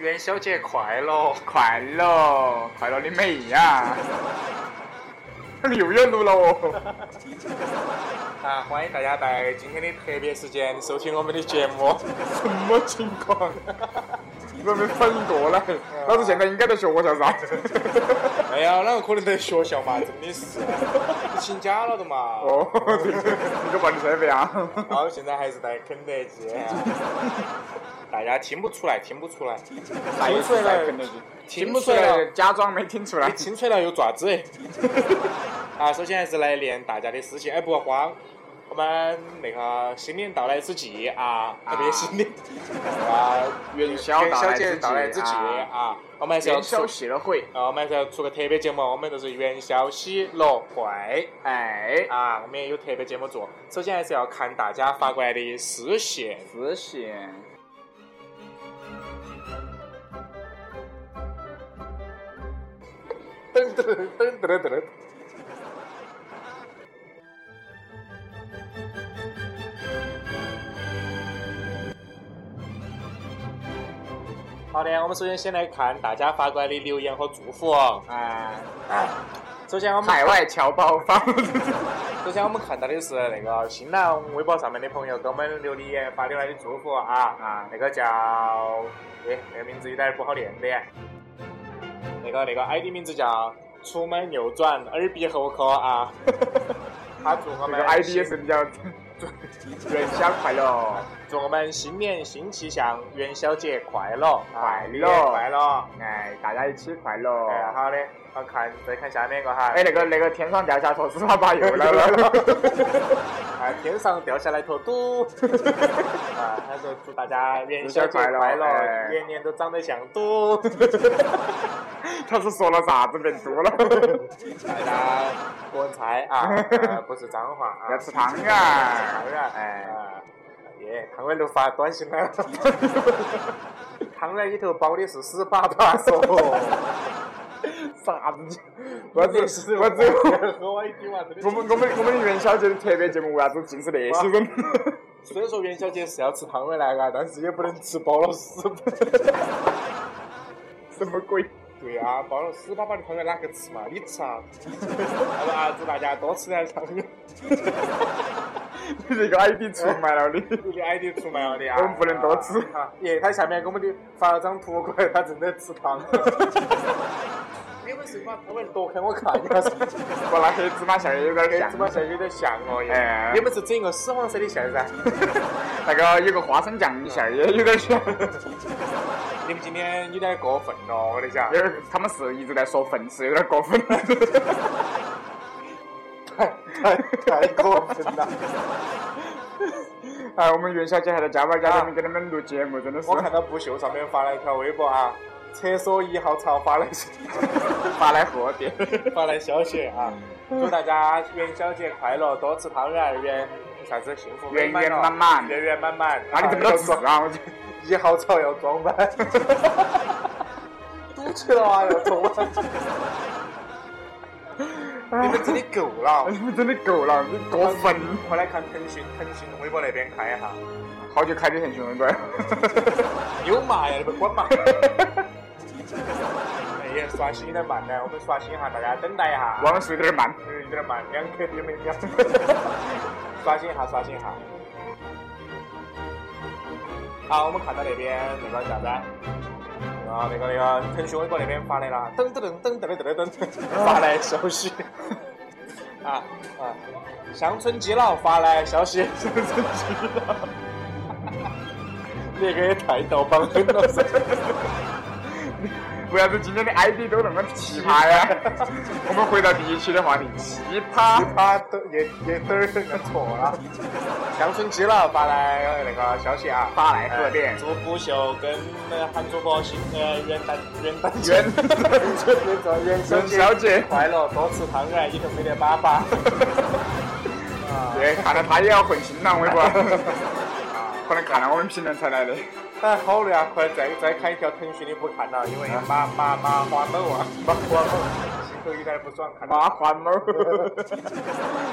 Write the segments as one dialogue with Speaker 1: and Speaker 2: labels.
Speaker 1: 元宵节快乐！
Speaker 2: 快乐，快乐你妹呀！又有路了哦！
Speaker 1: 啊，欢迎大家在今天的特别时间收听我们的节目。
Speaker 2: 什么情况？你们没反应过来？老子现啊在应该在学校噻。
Speaker 1: 哎呀，哪个可能在学校嘛？真的是，你请假了的嘛？
Speaker 2: 哦，这个这个办车费啊！
Speaker 1: 然后现在还是在肯德基。大家听不出来，听不出来，
Speaker 2: 还
Speaker 1: 出来了
Speaker 2: 肯德基，
Speaker 1: 听不出来了，
Speaker 2: 假装没听出来
Speaker 1: 你。听出来了又爪子哎！啊，首先还是来念大家的私信，哎，不慌，我们那个新年到来之际啊，特别新年啊，
Speaker 2: 元宵到
Speaker 1: 小
Speaker 2: 来之际
Speaker 1: 姐到来之际
Speaker 2: 啊
Speaker 1: 啊，我们还是要
Speaker 2: 元
Speaker 1: 出
Speaker 2: 宵，戏了会，
Speaker 1: 啊，我们还是要出个特别节目，我们就是元宵喜乐会
Speaker 2: 哎，
Speaker 1: 啊，我们也有特别节目做。首先还是要看大家发过来的私信，
Speaker 2: 私信。
Speaker 1: 噔噔噔噔噔噔。好的，我们首先先来看大家发过来的留言和祝福。
Speaker 2: 哎，
Speaker 1: 首先我们
Speaker 2: 海外侨胞发，
Speaker 1: 首先我们看到的是那个新浪微博上面的朋友给我们留的言发留来的祝福啊
Speaker 2: 啊
Speaker 1: 那个叫哎那个名字有点不好念的，那个那个 ID 名字叫出门右转耳鼻喉科啊， 他祝我
Speaker 2: 这
Speaker 1: 们
Speaker 2: 个 ID
Speaker 1: 新
Speaker 2: 哎也是比较 元宵快乐，
Speaker 1: 祝我们新年新气象，元宵节快乐，
Speaker 2: 快乐
Speaker 1: 啊快乐，
Speaker 2: 哎，大家一起快
Speaker 1: 哎
Speaker 2: 乐。
Speaker 1: 好的，好看再看下面一个哈，
Speaker 2: 哎，那个那个天上掉下坨粑粑又来 了，
Speaker 1: 啊，天上掉下来头嘟，啊，他说祝大家元宵节
Speaker 2: 元
Speaker 1: 快
Speaker 2: 宵快乐哎
Speaker 1: 乐，年年都长得像嘟，
Speaker 2: 他是说了啥子变多了？
Speaker 1: 大家我猜啊， 呃不是脏话啊，
Speaker 2: 要吃汤圆
Speaker 1: 当然，
Speaker 2: 儿，
Speaker 1: 哎
Speaker 2: 哎，，
Speaker 1: 耶，汤圆都发短信来了， 汤圆里头包的是屎粑粑 嗦，
Speaker 2: 啥子？我 只我只
Speaker 1: 喝完一滴完真的
Speaker 2: 我们我们我们元宵节的特别节目为啥子尽是那些人？
Speaker 1: 虽然说元宵节是要吃汤圆来啊，但是也不能吃包了屎。
Speaker 2: 什么鬼？
Speaker 1: 对啊，包了屎粑粑的汤圆哪个吃嘛？你吃啊！他说啊，祝大家多吃点汤圆。
Speaker 2: 你这个 ID 出卖了你。
Speaker 1: 你的 ID 出卖了的啊！
Speaker 2: 我们不能多吃
Speaker 1: 啊！耶，他下面给我们的发了张图过来，他正在吃汤圆。你们是把他们夺开我看一下，
Speaker 2: 我那黑芝麻馅儿也有点
Speaker 1: 哎
Speaker 2: 像
Speaker 1: 怎，么像有点像哦？耶
Speaker 2: 哎，
Speaker 1: 你们是整一个屎黄色的馅儿噻？
Speaker 2: 那个有个花生酱馅儿也有点 像。
Speaker 1: 你们今天有点过分了，我跟你讲
Speaker 2: 有。点他们是一直在说粉丝，有点过分。
Speaker 1: 太太过分了！
Speaker 2: 哎，我们元宵节还在加班加
Speaker 1: 啊
Speaker 2: 点，给他们录节目，真的是
Speaker 1: 我看到不秀上面发了一条微博啊，厕所一号槽发了
Speaker 2: 发来贺电。
Speaker 1: 发来消息啊，祝大家元宵节快乐，多吃汤圆，圆啥子幸福美
Speaker 2: 圆圆
Speaker 1: 哦
Speaker 2: 满满
Speaker 1: 圆圆满满。
Speaker 2: 那你怎么
Speaker 1: 要
Speaker 2: 都吃啊？我就。
Speaker 1: 一号槽要装 满，堵起了啊，要装满。你们真的够了
Speaker 2: 你们真的够了，你哎过分。
Speaker 1: 快来看腾讯，腾讯微博那边看一下，
Speaker 2: 好久开的腾讯微博，
Speaker 1: 有嘛呀？你们管嘛？ 哎呀，刷新有点慢呢，我们刷新一下，大家等待一下。
Speaker 2: 网速有点慢。
Speaker 1: 有点慢，两 KB 每秒。刷新一下，刷新一下。啊，我们看到那边那个啥子？啊，那个那个腾讯微博那边发来了，噔噔噔噔噔噔噔噔，发来消息。啊啊，乡村基佬发来消息， 乡村基佬，那个也太倒帮狠了噻。
Speaker 2: 为啥子今天的 ID 都那么奇葩呀？我们回到第一期的话题，奇葩。
Speaker 1: 他啊都也也都儿错啊了。乡村基佬发来那个消息啊，
Speaker 2: 发来贺电
Speaker 1: 呃祝不秀跟呃韩主播新呃元旦元旦节
Speaker 2: 元
Speaker 1: 元宵元宵
Speaker 2: 元宵
Speaker 1: 节
Speaker 2: 节，
Speaker 1: 快乐，多吃汤圆，以后没得粑粑。啊
Speaker 2: 对，看来他也要混新浪微博， 可能看到我们评论才来的。
Speaker 1: 哎，好累啊！快再再看一条腾讯的不看了，因为麻麻麻花某啊，麻花某，心头有点不爽，看到。
Speaker 2: 麻花 猫，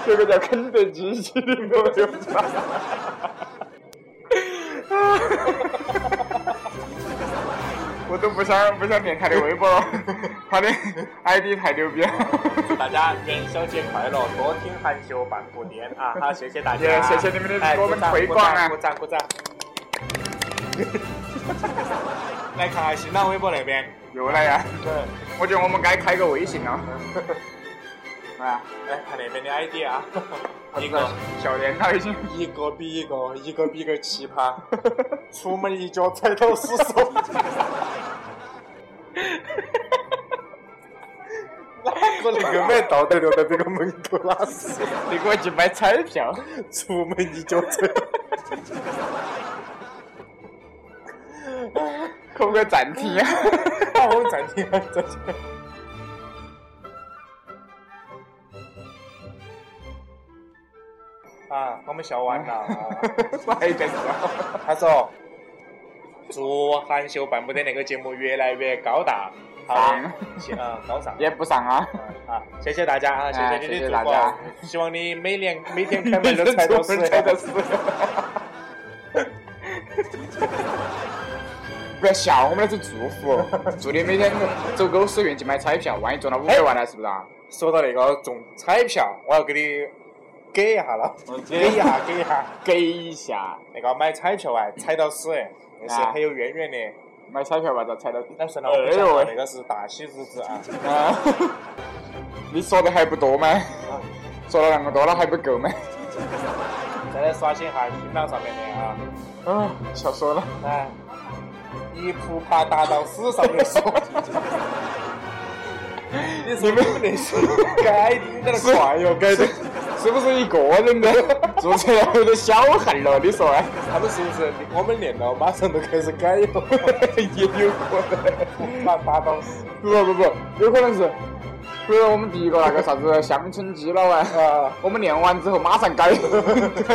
Speaker 2: 有个叫肯德基的朋友发，我都不想不想点开的微博 了，他的 ID 太牛逼了。
Speaker 1: 祝大家元宵节快乐，多听含羞半步癫 啊！好，谢谢大家，
Speaker 2: 也谢谢你们的
Speaker 1: 哎
Speaker 2: 给我们
Speaker 1: 鼓掌
Speaker 2: 推广啊
Speaker 1: 鼓掌鼓掌。鼓 掌来看下新浪微博那边，
Speaker 2: 又来呀！
Speaker 1: 对，
Speaker 2: 我觉得我们该开个微信了。啊，
Speaker 1: 来哎看那边的 ID 啊，一
Speaker 2: 个
Speaker 1: 个
Speaker 2: 笑脸他已经
Speaker 1: 一个比一个，一个比一个奇 葩，出门一脚踩到死手。哪个能够买道德留在这个门口拉屎？
Speaker 2: 你给我去买彩票，
Speaker 1: 出门一脚踩到。
Speaker 2: 可不可以暂 停啊？
Speaker 1: 好，我们暂停，暂停。啊，我们笑完 了。啊
Speaker 2: 我还在笑。
Speaker 1: 他说：“祝含羞半步的那个节目越来越高大，好
Speaker 2: 上，
Speaker 1: 谢嗯，高尚。
Speaker 2: 也不上啊。
Speaker 1: 啊，谢谢大家啊，谢
Speaker 2: 哎
Speaker 1: 你
Speaker 2: 谢
Speaker 1: 的
Speaker 2: 谢
Speaker 1: 祝
Speaker 2: 大家
Speaker 1: 福，希望你每年每 天开门都踩到屎。
Speaker 2: 踩到死。不要笑，我们那是祝福，祝你每天走狗屎运去买彩票，万一中了五百万呢，是不是啊？
Speaker 1: 说到那个中彩票，我要给你给一下了，给一下，给一下。
Speaker 2: 给一下，
Speaker 1: 那个买彩票啊，踩到屎，那是很有渊源的。
Speaker 2: 买彩票吧，咋踩到？
Speaker 1: 那算了，我不讲了，那个是大喜日子啊。
Speaker 2: 啊， 你说的还不多吗？说了那么多了还不够吗？
Speaker 1: 再来刷新一下新浪上面的啊，
Speaker 2: 啊，笑死我了。
Speaker 1: 哎，一扑啪打到屎上面说。”你是不是那是改的？你在那快哟，改的。
Speaker 2: 是不是一个人的注册有点小恨了？你说呢？啊
Speaker 1: 他们是不是我们练了，马上都开始改哟？
Speaker 2: 也有可能。
Speaker 1: 把打到死
Speaker 2: 不不不，有可能是，比如我们第一个那个啥子乡村基佬啊，
Speaker 1: 啊！
Speaker 2: 我们练完之后马 上改，改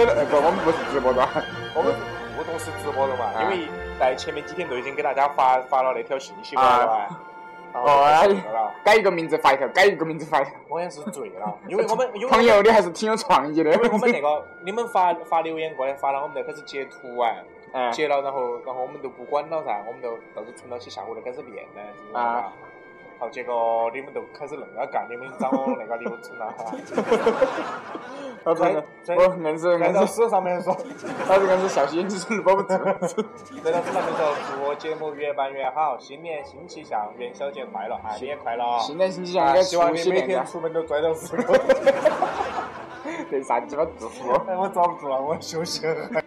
Speaker 2: 了，不，我们不是直播的，啊
Speaker 1: 我们互动是直播的嘛，因为在前面几天都已经给大家发发了那条信息嘛，对吧？
Speaker 2: 哦
Speaker 1: 哦，了，
Speaker 2: 改一个名字发一条，改一个名字发一条。
Speaker 1: 我也是醉 了，因为我们因为我
Speaker 2: 朋
Speaker 1: 们
Speaker 2: 友，你还是挺有创意的。
Speaker 1: 因为 我们那个你们发发留言过来发了，我们就开始截图啊，
Speaker 2: 哎，
Speaker 1: 截了，然后然后我们就不管了噻，我们就到时存到起下午就开始练呢，是不是
Speaker 2: 啊？
Speaker 1: 好，结果你们都开始恁个干，你们找那个流程了哈，
Speaker 2: 我真的，我硬是
Speaker 1: 改
Speaker 2: 硬
Speaker 1: 到
Speaker 2: 是，
Speaker 1: 屎上面说。
Speaker 2: 老子硬是笑嘻嘻，包不住。
Speaker 1: 在老师上面说，祝我节目越办越好，新年新气象，元宵节快乐，啊，你也快乐 啊！
Speaker 2: 新年新气象，应该
Speaker 1: 希
Speaker 2: 除
Speaker 1: 望你
Speaker 2: 夕
Speaker 1: 每
Speaker 2: 那
Speaker 1: 天
Speaker 2: 个，
Speaker 1: 出门都拽到四个。
Speaker 2: 对啥鸡巴祝福？
Speaker 1: 哎， 我遭不住了，我休息了。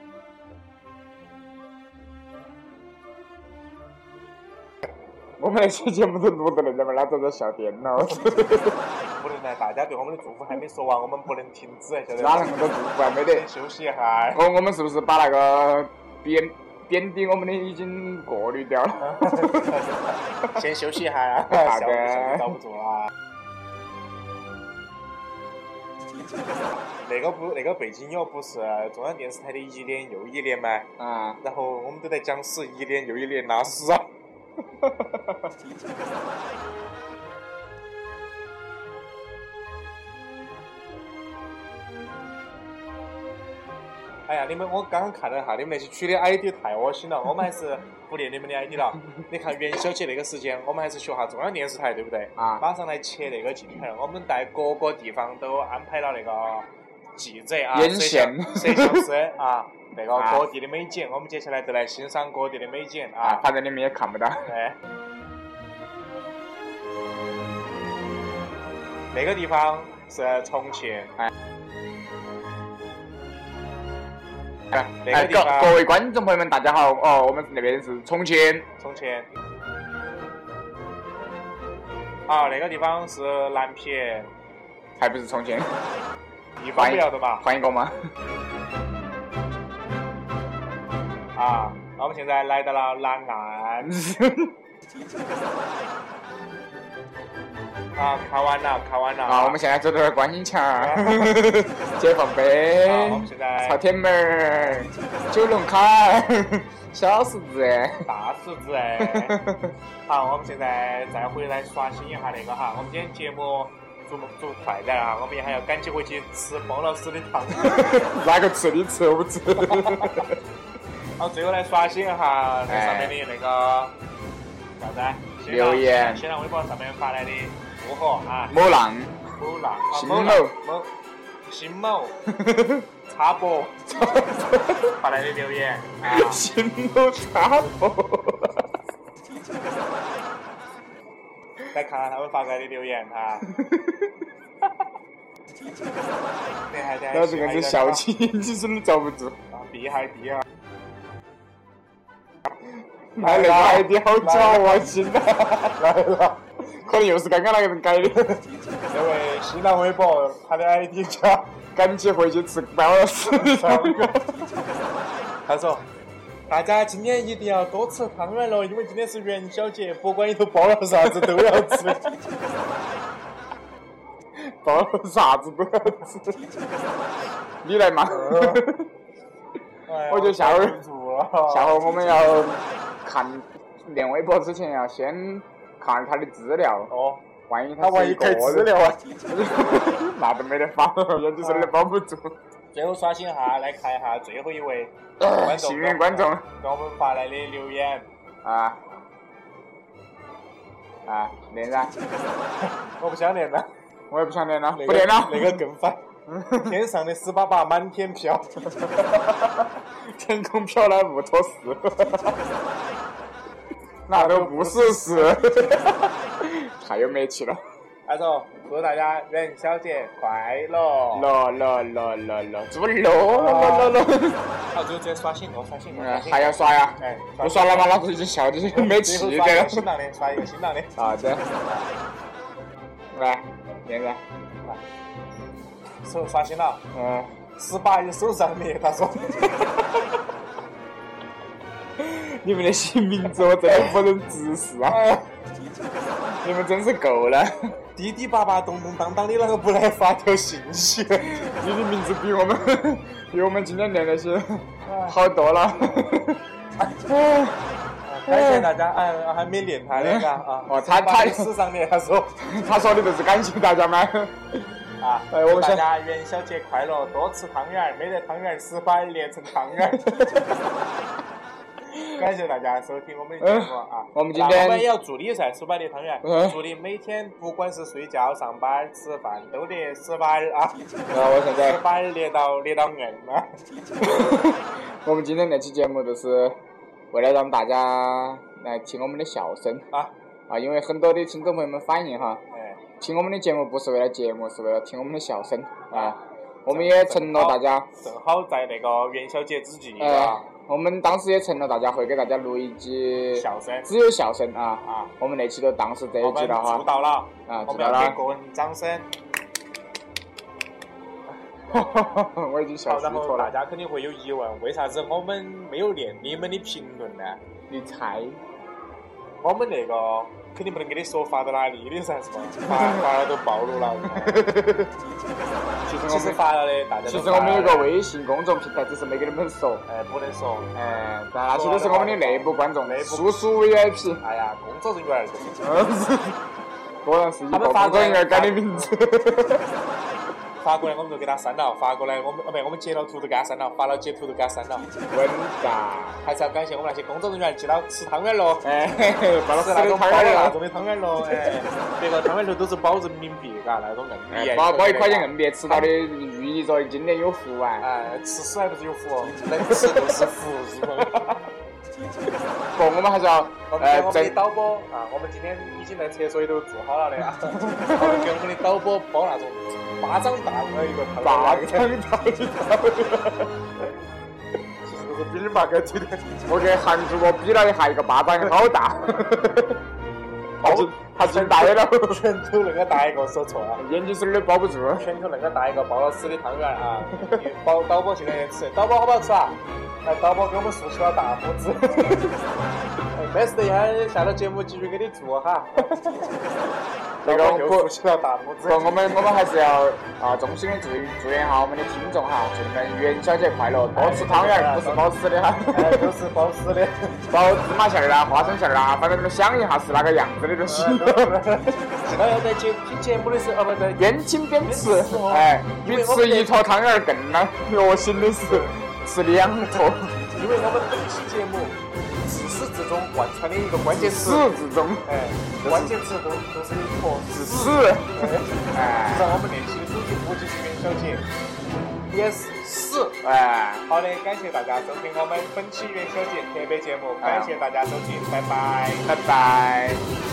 Speaker 2: 我们那期节目都录到那点嘛，老子在笑颠了，
Speaker 1: 不能来，大家对我们的祝福还没说完，我们不能停止，晓得
Speaker 2: 哪
Speaker 1: 吧
Speaker 2: 那？么多祝福啊？没得。
Speaker 1: 休息一下。
Speaker 2: 我我们是不是把那个点点滴我们的已经过滤掉了？
Speaker 1: 先休息一下 啊，
Speaker 2: 好的
Speaker 1: 笑不笑遭不住 了。那个不，那个背景音乐不是中央电视台的一年又一年吗？
Speaker 2: 啊，
Speaker 1: 然后我们都在讲屎，一年又一年拉屎啊。 哎呀，你们我刚刚看了一下，你们那些取的 ID 太恶心了，我们还是不念你们的 ID 了。你看元宵节那个时间，我们还是学下中央电视台，对不对？
Speaker 2: 啊
Speaker 1: 马上来切那个进程，我们在各个地方都安排了那个记者啊，
Speaker 2: 沿
Speaker 1: 摄
Speaker 2: 线
Speaker 1: 像 摄像师啊，那个
Speaker 2: 啊
Speaker 1: 各地的美景，我们接下来就来欣赏各地的美景
Speaker 2: 啊，
Speaker 1: 啊。
Speaker 2: 反正你们也看不到。
Speaker 1: 哎，那个地方是重庆，
Speaker 2: 哎
Speaker 1: 哪个
Speaker 2: 哎，
Speaker 1: 地
Speaker 2: 各
Speaker 1: 方
Speaker 2: 各位观众朋友们，大家好哦，我们那边是重庆，
Speaker 1: 重庆。啊，那个地方是南平，
Speaker 2: 还不是重 庆，
Speaker 1: 地方不要的嘛。
Speaker 2: 换一个吗？
Speaker 1: 啊，那我们现在来到了南岸， 啊，看完了，看完了。
Speaker 2: 啊，我们现在走到了观音 桥
Speaker 1: 啊，
Speaker 2: 解放
Speaker 1: 啊
Speaker 2: 碑
Speaker 1: 我们，现
Speaker 2: 朝
Speaker 1: 在
Speaker 2: 天门儿，九龙 坎儿，小石 子，
Speaker 1: 大石子 哎。好，我们现在再回来刷新一下那个哈，我们今天节目做做快点啊，我们也还要赶紧回去吃崩老师的 糖。
Speaker 2: 哪个吃的吃不 吃？
Speaker 1: 好，最后来刷新一下那上面的那个啥子啊？新浪
Speaker 2: 哎留言
Speaker 1: 新浪微博上面发来的祝贺啊，
Speaker 2: 某浪，
Speaker 1: 某浪啊，
Speaker 2: 新
Speaker 1: 某
Speaker 2: 某
Speaker 1: 浪某新某插播 发来的留言啊，
Speaker 2: 哎新某插播，
Speaker 1: 来看看他们发过来的留言啊。等一下等一下
Speaker 2: 老子硬是笑
Speaker 1: 等
Speaker 2: 起眼睛都遭不住，
Speaker 1: 一下啊，避还避啊！
Speaker 2: 买那个 ID 好假啊，亲的，来了，可能又是刚刚那个人改的，
Speaker 1: 这位新浪微博他的 ID 叫，
Speaker 2: 赶紧回去吃包了死
Speaker 1: 他说。大家今天一定要多吃汤圆了，因为今天是元宵节，不管里头包了啥子都要吃。
Speaker 2: 包啥子都要吃，你来嘛，
Speaker 1: 哎呀
Speaker 2: 我就下回。
Speaker 1: 住了
Speaker 2: 下回我们要看练微博之前要先看下他的资料，
Speaker 1: 哦，
Speaker 2: 万一
Speaker 1: 他
Speaker 2: 他
Speaker 1: 万
Speaker 2: 是
Speaker 1: 一
Speaker 2: 一
Speaker 1: 开
Speaker 2: 个
Speaker 1: 资料啊，
Speaker 2: 人，那都没得法，人家就是保不住。
Speaker 1: 最后刷新一下，来看一下最后一位观 众
Speaker 2: 幸运观众
Speaker 1: 给我们发来的留言，
Speaker 2: 啊啊，练噻，
Speaker 1: 我不想念了，
Speaker 2: 我也不想练了，
Speaker 1: 那个
Speaker 2: 不练了。
Speaker 1: 那个更 烦。天上的屎粑粑满天飘，
Speaker 2: 天空飘来五坨屎，那都不是屎，太有默契了。
Speaker 1: 他说祝大家元宵节快乐。
Speaker 2: 咯咯咯咯咯，怎么咯咯咯咯？
Speaker 1: 好，就直接刷新我，刷新
Speaker 2: 嗯
Speaker 1: 我，
Speaker 2: 还要刷呀？
Speaker 1: 哎，
Speaker 2: 不刷了吗？老子已经笑的没
Speaker 1: 最
Speaker 2: 气
Speaker 1: 后刷
Speaker 2: 的
Speaker 1: 一 个
Speaker 2: 了。
Speaker 1: 新郎的，刷一个新郎的。
Speaker 2: 好的， 来，现在，
Speaker 1: 手刷新了，
Speaker 2: 嗯，
Speaker 1: 十八亿手上的，他说。
Speaker 2: 你们那些名字我真的不能直视啊！你们真是够了，
Speaker 1: 滴滴叭叭、咚咚当当的啷个不来发条信 息？
Speaker 2: 你的名字比我们 比我们今天练那些好多了。
Speaker 1: 啊感谢大家，哎，还没练他那个啊。
Speaker 2: 哦他他
Speaker 1: 史上的他说
Speaker 2: 他说的都是感谢大家吗？
Speaker 1: 啊，
Speaker 2: 哎
Speaker 1: 祝
Speaker 2: 我们
Speaker 1: 大
Speaker 2: 先
Speaker 1: 家元宵节快乐，多吃汤圆儿，没得汤圆儿吃把练成汤 圆儿。感谢大家收听我们的节目啊！
Speaker 2: 嗯我们今天
Speaker 1: 那我们也要祝你噻，十八的汤圆
Speaker 2: 嗯，
Speaker 1: 祝你每天不管是睡觉、上班、吃饭都得十八儿啊，
Speaker 2: 然后我现
Speaker 1: 十
Speaker 2: 在，
Speaker 1: 八儿练到练到硬啊了。
Speaker 2: 我们今天那期节目就是为了让大家来听我们的笑声
Speaker 1: 啊
Speaker 2: 啊，因为很多的听众朋友们反映哈，
Speaker 1: 哎，
Speaker 2: 听我们的节目不是为了节目，是为了听我们的笑声啊。我们也承诺大家，
Speaker 1: 正好在那个元宵节之际
Speaker 2: 呃
Speaker 1: 啊，，
Speaker 2: 我们当时也承诺大家会给大家录一集
Speaker 1: 笑声
Speaker 2: 只有笑声啊。
Speaker 1: 啊，
Speaker 2: 我们那期就当是这
Speaker 1: 我
Speaker 2: 一集
Speaker 1: 们
Speaker 2: 了
Speaker 1: 做
Speaker 2: 哈，
Speaker 1: 到了，
Speaker 2: 啊，
Speaker 1: 我们
Speaker 2: 知道
Speaker 1: 要给
Speaker 2: 了。
Speaker 1: 各位掌声。
Speaker 2: 我已经笑
Speaker 1: 好，
Speaker 2: 虚
Speaker 1: 然
Speaker 2: 脱
Speaker 1: 后大
Speaker 2: 了。
Speaker 1: 家肯定会有疑问，为啥子我们没有念你们的评论呢？
Speaker 2: 你猜？
Speaker 1: 我们那个肯定不能给你说发到哪里的噻，是吧？发发了都暴露了。
Speaker 2: 其实
Speaker 1: 其
Speaker 2: 我
Speaker 1: 实
Speaker 2: 们
Speaker 1: 发了的，大家
Speaker 2: 其
Speaker 1: 都
Speaker 2: 实我们有个
Speaker 1: 发了的，
Speaker 2: 微信公众平台，只是没给你们说。
Speaker 1: 哎，不能说。
Speaker 2: 哎，但那些都是我们的内部观众
Speaker 1: 内，部
Speaker 2: 叔叔 VIP，
Speaker 1: 哎呀，工作人员儿就是
Speaker 2: 果然是以
Speaker 1: 他们
Speaker 2: 报
Speaker 1: 发
Speaker 2: 工
Speaker 1: 过
Speaker 2: 作
Speaker 1: 来
Speaker 2: 人员改的名字。
Speaker 1: 发过来，我们就给他删了；发过来，我们哦不，我们截了图都给他删了；发了截图都给他删了。
Speaker 2: 混蛋！
Speaker 1: 还是要感谢我们那些工作人员，接到吃汤圆喽。
Speaker 2: 哎，把老
Speaker 1: 是
Speaker 2: 师
Speaker 1: 那
Speaker 2: 的
Speaker 1: 种包
Speaker 2: 摊儿
Speaker 1: 那
Speaker 2: 了。
Speaker 1: 种的汤圆喽， 哎，别个汤圆头都是包人民币，嘎，那种硬币
Speaker 2: 哎，包包一块钱硬币，吃到的寓意着今年有福啊！
Speaker 1: 哎，吃屎还不是有福， 能吃就是福，是吧？
Speaker 2: 不，我们还是要
Speaker 1: 我们今天我们的
Speaker 2: 呃整
Speaker 1: 导播啊，我们今天已经在厕所里头做好了 的啊，我们给我们的导播包那种巴掌大的一个 汤圆，
Speaker 2: 八
Speaker 1: 其
Speaker 2: 张台
Speaker 1: 实都是比你八个嘴的，
Speaker 2: 我给韩主播比了一下，一个巴掌好大，他惊他惊呆 了，
Speaker 1: 拳头那个大一个，说错啊了。
Speaker 2: 眼睛水儿都包不住。
Speaker 1: 拳头那个大一个包了屎的汤圆啊！包导播现在也吃，导播好不好吃啊？来，导播给我们竖起了大拇指。 哎没事的，一会儿下了节目继续给你做哈。
Speaker 2: 那个
Speaker 1: 导播又
Speaker 2: 不
Speaker 1: 竖起了大拇指
Speaker 2: 不，。 我们我们还是要啊，衷心的祝祝愿哈我们的听众哈，祝你们元宵节快乐，多吃汤圆儿，不是包吃的哈，
Speaker 1: 哎，都是包屎 的。
Speaker 2: 包芝麻馅儿啊、花生馅儿啊，反正你们想一下是哪个样子的就行。
Speaker 1: 记得要在节听节目的时候，哦不对，
Speaker 2: 边听边吃
Speaker 1: 边吃哦，
Speaker 2: 哎，
Speaker 1: 因
Speaker 2: 你
Speaker 1: 为我
Speaker 2: 吃
Speaker 1: 们
Speaker 2: 一坨汤圆儿更 恶心的是吃两坨。
Speaker 1: 因为我们本期节目自始至终贯穿的一个关键词
Speaker 2: 自始，至终，
Speaker 1: 哎，关键词都都是一坨
Speaker 2: 自
Speaker 1: 屎。
Speaker 2: 始，
Speaker 1: 哎，让我们内心的主题国际学员小姐也是屎。
Speaker 2: 哎，
Speaker 1: 好的，感谢大家收听我们本期元宵节特别节目，感谢大家收听，拜拜。
Speaker 2: 拜拜。